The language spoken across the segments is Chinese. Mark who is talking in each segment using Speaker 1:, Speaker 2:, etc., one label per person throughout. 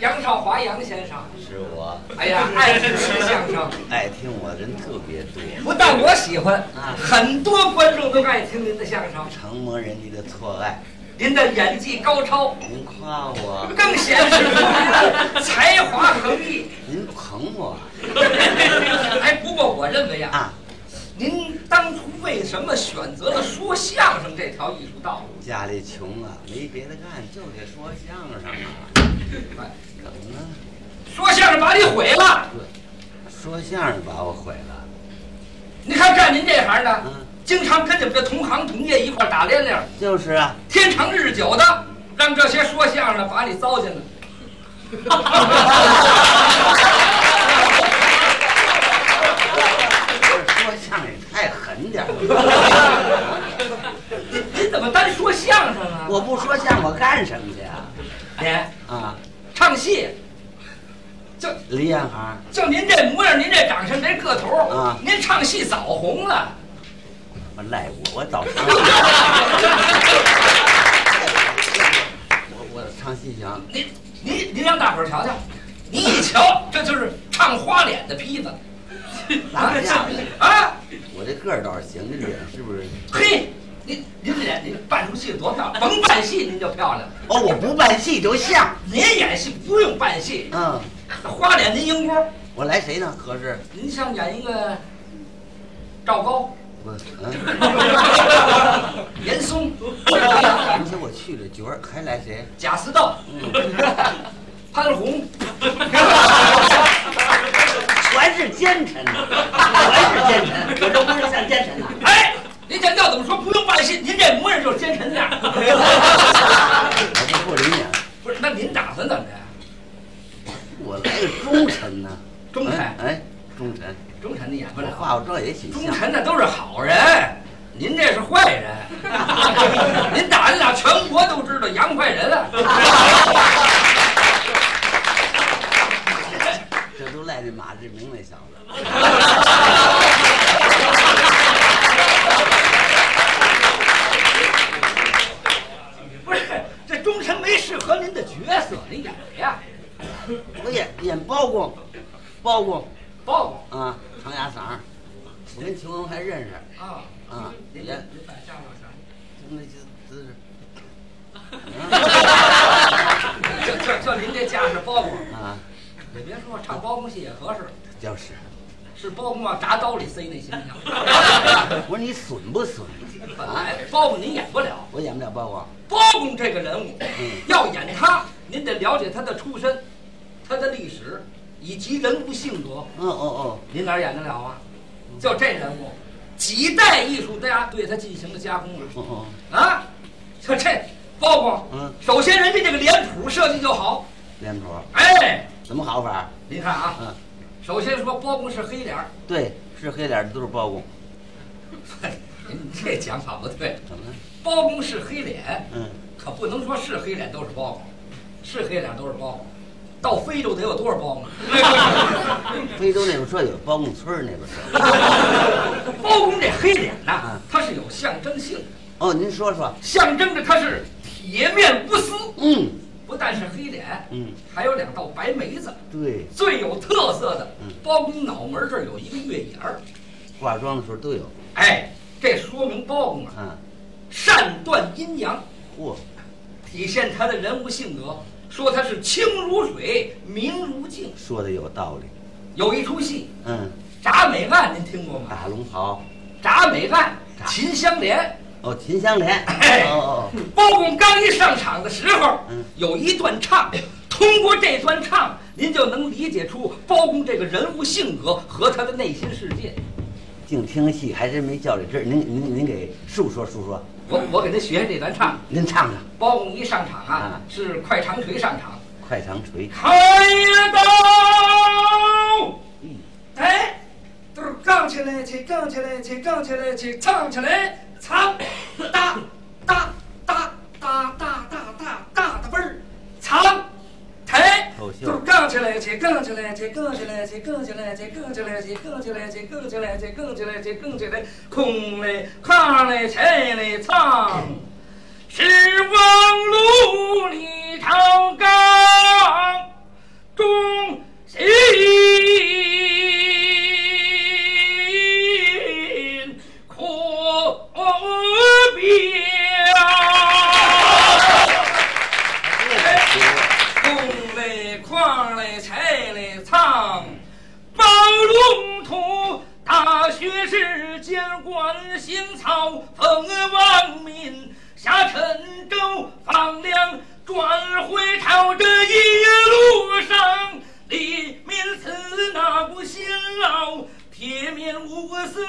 Speaker 1: 杨少华杨先生，
Speaker 2: 是我
Speaker 1: 哎呀，爱听相声，
Speaker 2: 爱听我人特别多，
Speaker 1: 不但我喜欢
Speaker 2: 啊，
Speaker 1: 很多观众都爱听您的相声。
Speaker 2: 承蒙人家的错爱，
Speaker 1: 您的演技高超，
Speaker 2: 您夸我，
Speaker 1: 更显示出您的才华横溢。
Speaker 2: 您捧我
Speaker 1: 哎，不过我认为啊，
Speaker 2: 啊，
Speaker 1: 您当初为什么选择了说相声这条艺术道路？
Speaker 2: 家里穷啊，没别的干，就得说相声啊，怎么呢？
Speaker 1: 说相声把你毁了。
Speaker 2: 说相声把我毁了，
Speaker 1: 你看干您这行的，
Speaker 2: 嗯，
Speaker 1: 经常跟你们这同行同业一块儿打连连，
Speaker 2: 就是啊，
Speaker 1: 天长日久的，让这些说相声的把你糟践了。
Speaker 2: 说相声也太狠点儿了，
Speaker 1: 你怎么单说相声啊？
Speaker 2: 我不说相声我干什么去啊？
Speaker 1: 你
Speaker 2: 啊，
Speaker 1: 唱戏，就
Speaker 2: 梨烟行，
Speaker 1: 就您这模样，您这长相，这个头儿
Speaker 2: 啊
Speaker 1: 您唱戏早红了。
Speaker 2: 我赖我，我早上。我我唱戏啊行，
Speaker 1: 您您您让大伙儿瞧瞧，您一瞧，这就是唱花脸的坯子。
Speaker 2: 哪儿像
Speaker 1: 啊？
Speaker 2: 我这个儿倒是行，这脸是不是？
Speaker 1: 嘿，您您脸您扮出戏多漂亮，甭扮戏您就漂亮。
Speaker 2: 哦，我不扮戏就像。
Speaker 1: 您演戏不用扮戏，
Speaker 2: 嗯，
Speaker 1: 花脸您赢锅。
Speaker 2: 我来谁呢？合适？
Speaker 1: 您像演一个赵高、
Speaker 2: 我嗯，
Speaker 1: 严嵩、
Speaker 2: 而且我去了角儿，还来谁？
Speaker 1: 贾似道、潘虹。
Speaker 2: 全是奸臣呐， 全是奸臣， 我这不是像奸臣呐。
Speaker 1: 哎，您这要怎么说不用扮戏，您这模样就是奸臣相。
Speaker 2: 我不不理你，
Speaker 1: 不是，那您打算怎么着呀？
Speaker 2: 我来个忠臣呐。
Speaker 1: 忠臣
Speaker 2: 哎哎，忠臣，
Speaker 1: 忠臣你演不
Speaker 2: 我
Speaker 1: 了，
Speaker 2: 话我这也挺
Speaker 1: 忠
Speaker 2: 像。
Speaker 1: 臣那都是好人，您这是坏人。 您打听打，全国都知道洋坏人啊。
Speaker 2: 这都赖这马志明那小子。
Speaker 1: 不是，这忠臣没适合您的角色，您演谁呀？
Speaker 2: 我演演包公，包公
Speaker 1: 包公
Speaker 2: 啊，长牙嗓儿，我跟琼龙还认识
Speaker 1: 啊，
Speaker 2: 啊，
Speaker 1: 您
Speaker 2: 演
Speaker 1: 您扮相声去
Speaker 2: 那些姿势。
Speaker 1: 就就就您这架势，包公，
Speaker 2: 啊，
Speaker 1: 你别说唱包公戏也合适，
Speaker 2: 就是，
Speaker 1: 是包公往铡刀里塞那形象。
Speaker 2: 我说你损不损
Speaker 1: 本
Speaker 2: 啊？
Speaker 1: 来哎包公您演不了，
Speaker 2: 我演不了包公，
Speaker 1: 包公这个人物
Speaker 2: 嗯，
Speaker 1: 要演他，您得了解他的出身、他的历史以及人物性格，
Speaker 2: 嗯哦
Speaker 1: 您哪儿演得了啊？
Speaker 2: 嗯
Speaker 1: 就这人物，几代艺术家对他进行了加工
Speaker 2: 哦哦哦，
Speaker 1: 啊！啊，就这包公，
Speaker 2: 嗯，
Speaker 1: 首先人家这个脸谱设计就好，
Speaker 2: 脸谱
Speaker 1: 哎，
Speaker 2: 怎么好法？
Speaker 1: 您看啊，
Speaker 2: 嗯，
Speaker 1: 首先说包公是黑脸儿，
Speaker 2: 对，是黑脸的都是包公，
Speaker 1: 您这讲法不对，
Speaker 2: 怎么了？
Speaker 1: 包公是黑脸，
Speaker 2: 嗯，
Speaker 1: 可不能说是黑脸都是包公，是黑脸都是包公。到非洲得有多少包公？
Speaker 2: 非洲那边说有包公村儿那边说。
Speaker 1: 包公这黑脸呐
Speaker 2: 嗯，
Speaker 1: 它是有象征性的，
Speaker 2: 哦，您说说。
Speaker 1: 象征着它是铁面无私，
Speaker 2: 嗯
Speaker 1: 不但是黑脸，
Speaker 2: 嗯，
Speaker 1: 还有两道白眉子。
Speaker 2: 对，
Speaker 1: 最有特色的
Speaker 2: 嗯，
Speaker 1: 包公脑门这儿有一个月牙儿，
Speaker 2: 化妆的时候都有。
Speaker 1: 哎，这说明包公啊
Speaker 2: 嗯，
Speaker 1: 善断阴阳，
Speaker 2: 嚯，
Speaker 1: 体现他的人物性格。说他是清如水，明如镜。
Speaker 2: 说的有道理。
Speaker 1: 有一出戏
Speaker 2: 嗯，
Speaker 1: 《铡美案》，您听过吗？
Speaker 2: 打龙袍。
Speaker 1: 《铡美案》，
Speaker 2: 铡
Speaker 1: 秦香莲。
Speaker 2: 哦，秦香莲。
Speaker 1: 哎
Speaker 2: 哦哦哦，
Speaker 1: 包公刚一上场的时候，
Speaker 2: 嗯
Speaker 1: 有一段唱，通过这段唱，您就能理解出包公这个人物性格和他的内心世界。
Speaker 2: 净听戏还真没较这真儿。您您您给述说述说，
Speaker 1: 我我给他学学这段唱。
Speaker 2: 嗯您唱唱。
Speaker 1: 包公一上场啊
Speaker 2: 啊，
Speaker 1: 是快长锤上场，
Speaker 2: 快长锤。
Speaker 1: 开刀！
Speaker 2: 嗯
Speaker 1: 哎，都是杠起来，起杠起来，起杠起来，起唱起来，唱，哒哒哒哒哒哒哒哒哒倍儿，唱，抬，
Speaker 2: 透
Speaker 1: 都是
Speaker 2: 袖。
Speaker 1: 杠起来，起杠起来，起杠起来，起杠起来，起杠起来，起杠起来，起杠起来，起杠起来，起杠起来，空嘞，炕嘞，钱嘞，唱。是望路里朝纲，嘞拆嘞唱，包龙图。大学士监管行草，封王民下陈州放粮，转回朝这一路上，李民慈哪不辛劳？铁面无私，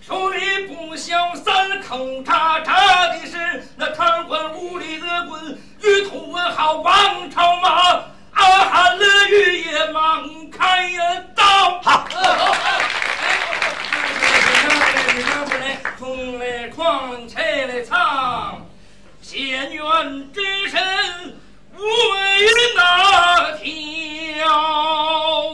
Speaker 1: 手里不削三口叉，叉的是那贪官污吏恶棍，与土豪王朝马，啊喊了雨也忙开呀刀。好。冲来狂，拆来唱，仙缘之神我云哪条？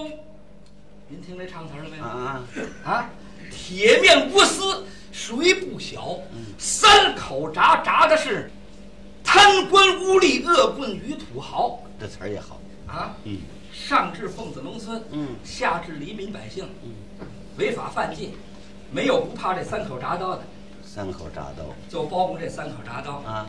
Speaker 1: 您听这唱词儿了没有？
Speaker 2: 啊，
Speaker 1: 啊，铁面无私，谁不晓？
Speaker 2: 嗯
Speaker 1: 三口铡铡的是贪官污吏、恶棍与土豪
Speaker 2: 这词儿也好，
Speaker 1: 啊！
Speaker 2: 嗯
Speaker 1: 上至奉子农村，
Speaker 2: 嗯
Speaker 1: 下至黎民百姓，
Speaker 2: 嗯，
Speaker 1: 违法犯禁，没有不怕这三口铡刀的，
Speaker 2: 三口铡刀
Speaker 1: 就包括这三口铡刀，
Speaker 2: 啊，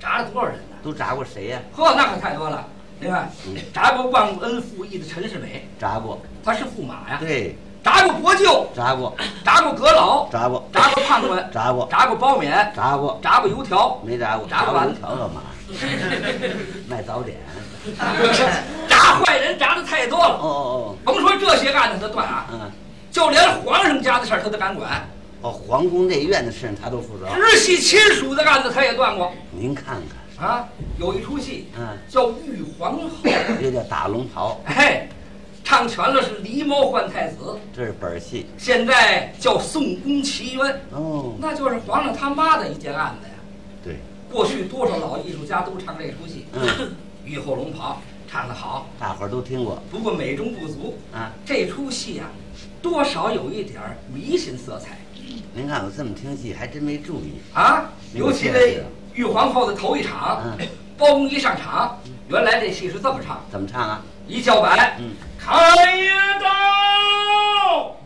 Speaker 1: 铡了多少人呢？
Speaker 2: 都铡过谁呀、
Speaker 1: 呵，那可太多了。另外
Speaker 2: 嗯，
Speaker 1: 铡过忘恩负义的陈世美，
Speaker 2: 铡过，
Speaker 1: 他是驸马呀；
Speaker 2: 对，
Speaker 1: 铡过国舅，
Speaker 2: 铡过，
Speaker 1: 铡过阁老，
Speaker 2: 铡过，
Speaker 1: 铡过判官，
Speaker 2: 铡过，
Speaker 1: 铡过包勉，
Speaker 2: 铡过，
Speaker 1: 炸过油 条，
Speaker 2: 没铡过，
Speaker 1: 铡
Speaker 2: 铡
Speaker 1: 过
Speaker 2: 过
Speaker 1: 完
Speaker 2: 油条干嘛？ 卖早点。
Speaker 1: 炸坏人炸的太多
Speaker 2: 哦
Speaker 1: 了。
Speaker 2: 哦
Speaker 1: 甭说这些案子他断啊
Speaker 2: 哦，，嗯，
Speaker 1: 就连皇上家的事儿他都敢管，
Speaker 2: 哦，皇宫内院的事他都负责。
Speaker 1: 直系亲属的案子他也断过
Speaker 2: 您看看，
Speaker 1: 啊。有一出戏
Speaker 2: 嗯，
Speaker 1: 叫《玉皇后》，
Speaker 2: 这叫打龙袍，
Speaker 1: 哎，唱全了是狸猫换太子，
Speaker 2: 这是本戏。
Speaker 1: 现在叫《宋宫奇冤》，
Speaker 2: 哦，
Speaker 1: 那就是皇上他妈的一件案子呀。
Speaker 2: 对，
Speaker 1: 过去多少老艺术家都唱这出戏，
Speaker 2: 嗯，
Speaker 1: 玉后龙袍唱得好，
Speaker 2: 大伙儿都听过
Speaker 1: 不过美中不足，
Speaker 2: 啊。
Speaker 1: 这出戏啊，多少有一点儿迷信色彩
Speaker 2: 您看我这么听戏，还真没注意。
Speaker 1: 啊，
Speaker 2: 迷信
Speaker 1: 尤其这玉皇后的头一场
Speaker 2: 嗯，
Speaker 1: 包公一上场，原来这戏是这么唱：
Speaker 2: 怎么唱啊？
Speaker 1: 一叫板，
Speaker 2: 嗯，
Speaker 1: 开呀刀，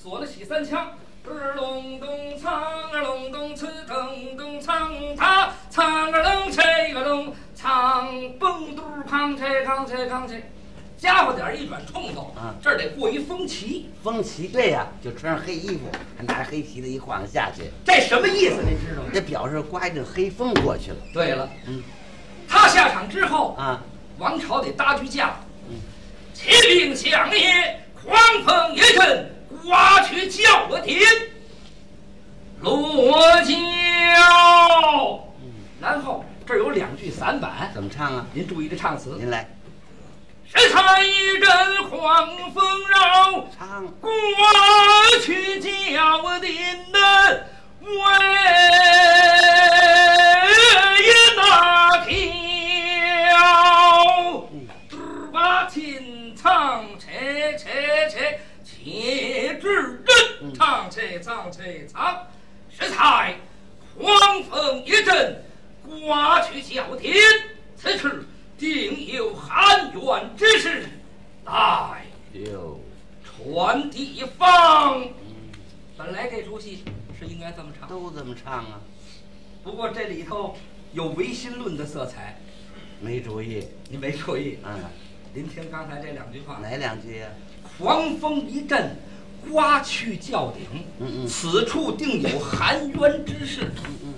Speaker 1: 锁了喜三枪。儿隆咚苍儿隆咚呲噔咚苍他苍儿隆切个咚苍蹦嘟康切康切康切，家伙点儿一转冲头
Speaker 2: 啊，
Speaker 1: 这儿得过一风旗。
Speaker 2: 风旗队呀、就穿上黑衣服，还拿着黑旗子一晃下去，
Speaker 1: 这什么意思？您知道吗？
Speaker 2: 这表示刮一阵黑风过去了。
Speaker 1: 对了，
Speaker 2: 嗯
Speaker 1: 他下场之后，
Speaker 2: 啊，
Speaker 1: 王朝得搭句架
Speaker 2: 嗯，
Speaker 1: 骑兵响夜，狂风一阵，刮去叫我停。罗教，
Speaker 2: 嗯，
Speaker 1: 然后这儿有两句散板，
Speaker 2: 怎么唱啊？
Speaker 1: 您注意这唱词：
Speaker 2: 您来
Speaker 1: 谁猜一阵狂风绕，
Speaker 2: 唱。
Speaker 1: 过去叫您的为哪条？猪把琴唱切切切，切至人唱切唱切唱，实在狂风一阵，刮去小天。此时定有含冤之事来。
Speaker 2: 哟，
Speaker 1: 传地方。本来这出戏是应该这么唱，
Speaker 2: 都这么唱啊？
Speaker 1: 不过这里头有唯心论的色彩，
Speaker 2: 没主意。
Speaker 1: 您没注意。
Speaker 2: 嗯，
Speaker 1: 您听刚才这两句话：
Speaker 2: 哪两句啊呀、
Speaker 1: 狂风一阵，刮去轿顶，
Speaker 2: 嗯嗯
Speaker 1: 此处定有含冤之事。
Speaker 2: 嗯嗯，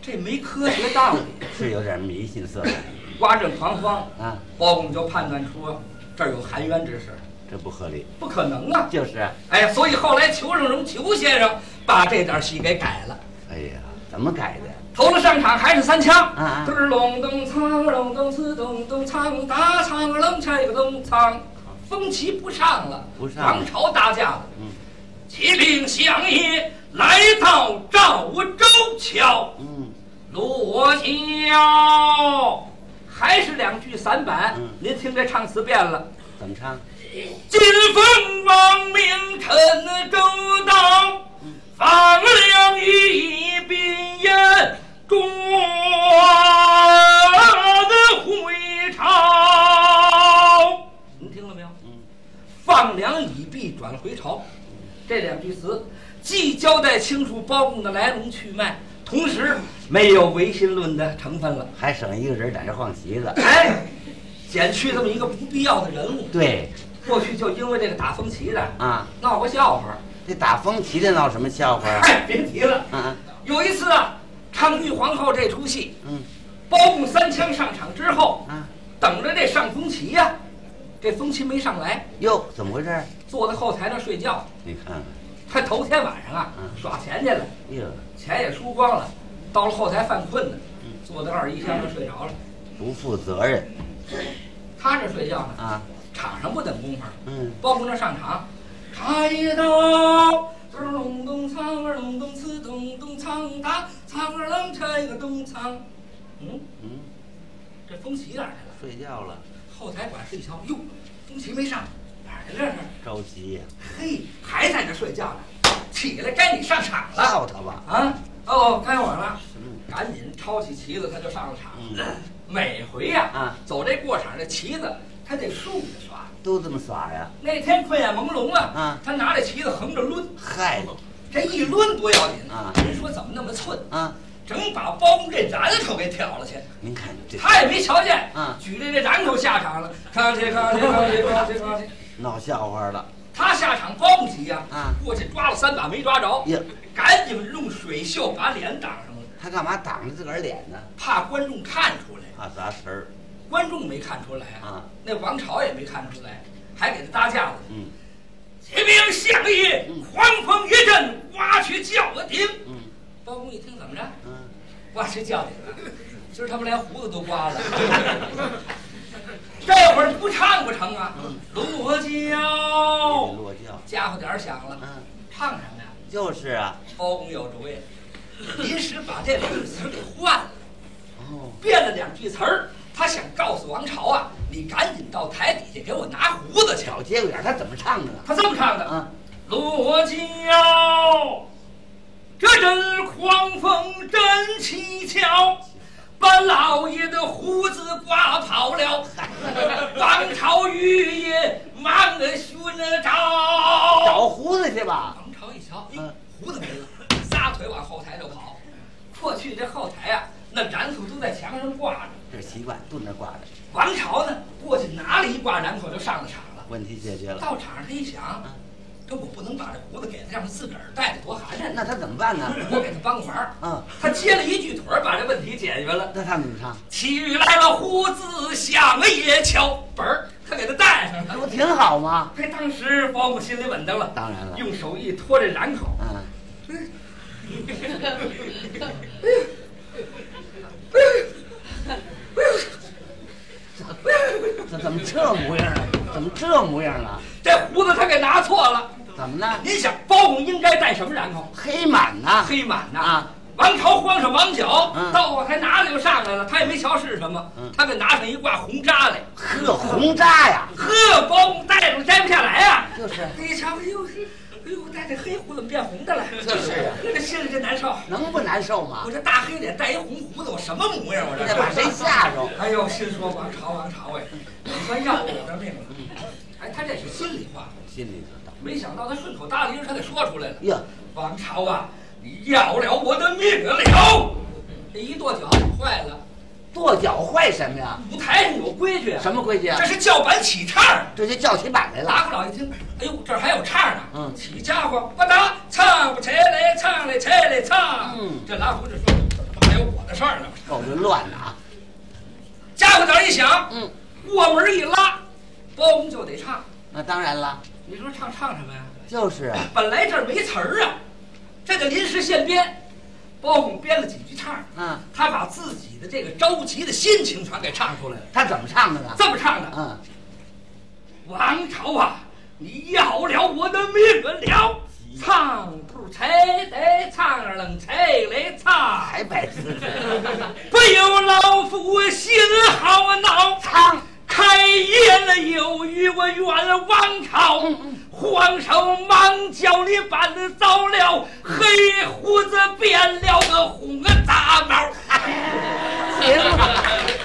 Speaker 1: 这没科学道理。
Speaker 2: 是有点迷信色彩
Speaker 1: 刮阵狂风，
Speaker 2: 啊，
Speaker 1: 包公就判断出这儿有含冤之事，
Speaker 2: 这不合理。
Speaker 1: 不可能啊！
Speaker 2: 就是啊，
Speaker 1: 哎呀，所以后来裘盛戎裘先生把这点戏给改了。
Speaker 2: 哎呀，怎么改的？
Speaker 1: 头了上场还是三枪
Speaker 2: 啊啊，
Speaker 1: 嘚儿隆咚苍儿隆咚呲咚咚苍打苍儿隆拆个咚苍，风旗不上了，
Speaker 2: 不上了
Speaker 1: 王朝打架了，
Speaker 2: 嗯
Speaker 1: 骑兵响夜来到赵州桥，
Speaker 2: 嗯，
Speaker 1: 罗桥，还是两句散板
Speaker 2: 嗯，
Speaker 1: 您听这唱词变了。
Speaker 2: 怎么唱？
Speaker 1: 金风王明陈周到，放粮一兵烟，中的回朝。您听了没有？
Speaker 2: 嗯，
Speaker 1: 放粮已毕，转回朝。这两句词既交代清楚包公的来龙去脉，同时没有唯心论的成分了。
Speaker 2: 还省一个人在这晃旗子。
Speaker 1: 哎，减去这么一个不必要的人物。
Speaker 2: 对
Speaker 1: 过去就因为这个打风旗的
Speaker 2: 啊，
Speaker 1: 闹过笑话，
Speaker 2: 这打风旗的闹什么笑话啊？
Speaker 1: 哎，别提了。
Speaker 2: 啊，
Speaker 1: 有一次啊，唱玉皇后这出戏，
Speaker 2: 嗯
Speaker 1: 包公三枪上场之后，
Speaker 2: 啊，
Speaker 1: 等着这上风旗呀、这风旗没上来，
Speaker 2: 哟，怎么回事儿？
Speaker 1: 坐在后台那睡觉。
Speaker 2: 你看看，
Speaker 1: 他头天晚上啊
Speaker 2: 嗯
Speaker 1: 耍钱去了，
Speaker 2: 哟，
Speaker 1: 钱也输光了，到了后台犯困呢
Speaker 2: 嗯，
Speaker 1: 坐在那儿一下就睡着了。
Speaker 2: 不负责任
Speaker 1: 他这睡觉呢，
Speaker 2: 啊，
Speaker 1: 场上不等功夫，
Speaker 2: 嗯，
Speaker 1: 包公这上场，插一刀，咚咚咚，苍儿隆咚，刺咚咚，苍打，苍儿啷拆个咚苍。嗯，
Speaker 2: 嗯，
Speaker 1: 这风起哪儿去了？
Speaker 2: 睡觉了，
Speaker 1: 后台管事一瞧，哟，风起没上，哪儿去了这是？
Speaker 2: 着急呀，
Speaker 1: 嘿，还在那睡觉呢，起来该你上场了
Speaker 2: 闹他吧。
Speaker 1: 啊！哦，该我了。
Speaker 2: 什么
Speaker 1: 赶紧抄起旗子，他就上了场。
Speaker 2: 嗯
Speaker 1: 每回呀、
Speaker 2: 啊
Speaker 1: 走这过场，这旗子他得竖着耍。
Speaker 2: 都这么耍呀？
Speaker 1: 那天困眼朦胧啊，
Speaker 2: 啊
Speaker 1: 他拿着旗子横着抡，
Speaker 2: 嗨
Speaker 1: 这一抡多要紧
Speaker 2: 啊
Speaker 1: 人说怎么那么寸，
Speaker 2: 啊！
Speaker 1: 整把包公这髯头给挑了去。
Speaker 2: 您看这
Speaker 1: 他也没瞧见，
Speaker 2: 啊
Speaker 1: 举着这髯头下场 了，康去康去康去康去康去。
Speaker 2: 闹笑话了
Speaker 1: 他下场包不急呀、
Speaker 2: 啊！
Speaker 1: 过去抓了三把没抓着，
Speaker 2: 呀，
Speaker 1: 赶紧用水袖把脸挡上了，
Speaker 2: 他干嘛挡着自个儿脸呢？
Speaker 1: 怕观众看出来。
Speaker 2: 怕砸词儿
Speaker 1: 观众没看出来啊，
Speaker 2: 啊！
Speaker 1: 那王朝也没看出来，还给他搭架子。
Speaker 2: 嗯
Speaker 1: 秦明响
Speaker 2: 嗯
Speaker 1: 一，狂风一阵，刮去叫我顶。
Speaker 2: 嗯
Speaker 1: 包公一听怎么着，
Speaker 2: 嗯，
Speaker 1: 刮去叫顶 了，今儿他们连胡子都刮 了。这会儿不唱不成啊
Speaker 2: 嗯！
Speaker 1: 落
Speaker 2: 给你
Speaker 1: 轿，
Speaker 2: 落轿。
Speaker 1: 家伙点儿响了，
Speaker 2: 嗯，
Speaker 1: 唱什么呀？
Speaker 2: 就是啊。
Speaker 1: 包公有主意，临时把这两句词儿给换了，
Speaker 2: 哦，
Speaker 1: 变了两句词儿。他想告诉王朝啊，你赶紧到台底下给我拿胡子去。
Speaker 2: 小节骨眼儿他怎么唱的呢？
Speaker 1: 他这么唱的。
Speaker 2: 啊，
Speaker 1: 罗轿，这阵狂风真蹊跷，把老爷的胡子刮跑了。王朝玉也忙的寻找。
Speaker 2: 找胡子去吧。
Speaker 1: 王朝一瞧，咦
Speaker 2: 嗯，
Speaker 1: 胡子没了，撒腿往后台就跑。过去这后台啊，那毡头都在墙上挂着。
Speaker 2: 这习惯蹲那挂着，
Speaker 1: 王朝呢，过去拿了一挂毡头就上了场了。
Speaker 2: 问题解决了。
Speaker 1: 到场上他一想，这我不能把这胡子给他，让他自个儿戴着多寒碜呢。
Speaker 2: 那他怎么办呢？
Speaker 1: 我给他帮个忙儿，
Speaker 2: 嗯，
Speaker 1: 他接了一句腿儿，把这问题解决了。
Speaker 2: 那他怎么唱？
Speaker 1: 起来了，胡子响也敲本儿，他给他戴上
Speaker 2: 这
Speaker 1: 了。
Speaker 2: 不挺好吗？
Speaker 1: 这当时包公心里稳当了，
Speaker 2: 当然了。
Speaker 1: 用手一托这染口，
Speaker 2: 嗯，这怎么这模样了？怎么这模样了？
Speaker 1: 这胡子他给拿错了。
Speaker 2: 怎么呢？
Speaker 1: 您想，包公应该戴什么染口？
Speaker 2: 黑满呐！
Speaker 1: 黑满呐。
Speaker 2: 啊，
Speaker 1: 王朝慌手忙脚，
Speaker 2: 嗯
Speaker 1: 到我还拿着就上来了，他也没瞧是什么
Speaker 2: 嗯，
Speaker 1: 他给拿上一挂红扎来，
Speaker 2: 呵，红扎呀！
Speaker 1: 呵，包公戴着摘不下来啊。
Speaker 2: 就是，
Speaker 1: 一瞧，哎呦，哎呦，我戴这黑胡怎么变红的了？
Speaker 2: 就是啊
Speaker 1: 这心里这难受。
Speaker 2: 能不难受吗
Speaker 1: 我？这大黑脸戴一红胡子，我什么模样？我
Speaker 2: 你
Speaker 1: 这
Speaker 2: 得把谁？吓着？
Speaker 1: 哎呦，心说王朝王朝哎，你说要我我这命了。哎，他这是心里话，
Speaker 2: 心里头道。
Speaker 1: 没想到他顺口搭了一声，他给说出来了。
Speaker 2: 呀，
Speaker 1: 王朝啊，你要了我的命了！这一跺脚坏了，
Speaker 2: 跺脚坏什么呀？
Speaker 1: 舞台上有规矩啊，
Speaker 2: 什么规矩啊
Speaker 1: 这？是叫板起唱儿。
Speaker 2: 这就叫起板来了。
Speaker 1: 打鼓佬一听，哎呦，这儿还有唱呢！
Speaker 2: 嗯
Speaker 1: 起家伙，我打唱不起来，唱来起来唱。
Speaker 2: 嗯
Speaker 1: 这拉胡就说，怎么还有我的事儿呢？
Speaker 2: 狗就乱了啊！
Speaker 1: 家伙点儿一响，
Speaker 2: 嗯，
Speaker 1: 过门一拉，包公就得唱。
Speaker 2: 那当然了，
Speaker 1: 你说唱唱什么呀？
Speaker 2: 就是啊，
Speaker 1: 本来这儿没词儿啊，这得临时现编。包公编了几句唱，
Speaker 2: 嗯，
Speaker 1: 他把自己的这个着急的心情全给唱出来了。
Speaker 2: 他怎么唱的呢？
Speaker 1: 这么唱的：
Speaker 2: 嗯，
Speaker 1: 王朝啊，你要了我的命了！唱不柴得唱儿冷柴来唱，
Speaker 2: 还摆姿势，
Speaker 1: 不由老夫心好恼。
Speaker 2: 唱
Speaker 1: 开业了有余，我冤王朝，
Speaker 2: 嗯
Speaker 1: 慌手忙脚里板子糟了，黑胡子变了个红个大毛。
Speaker 2: 行了。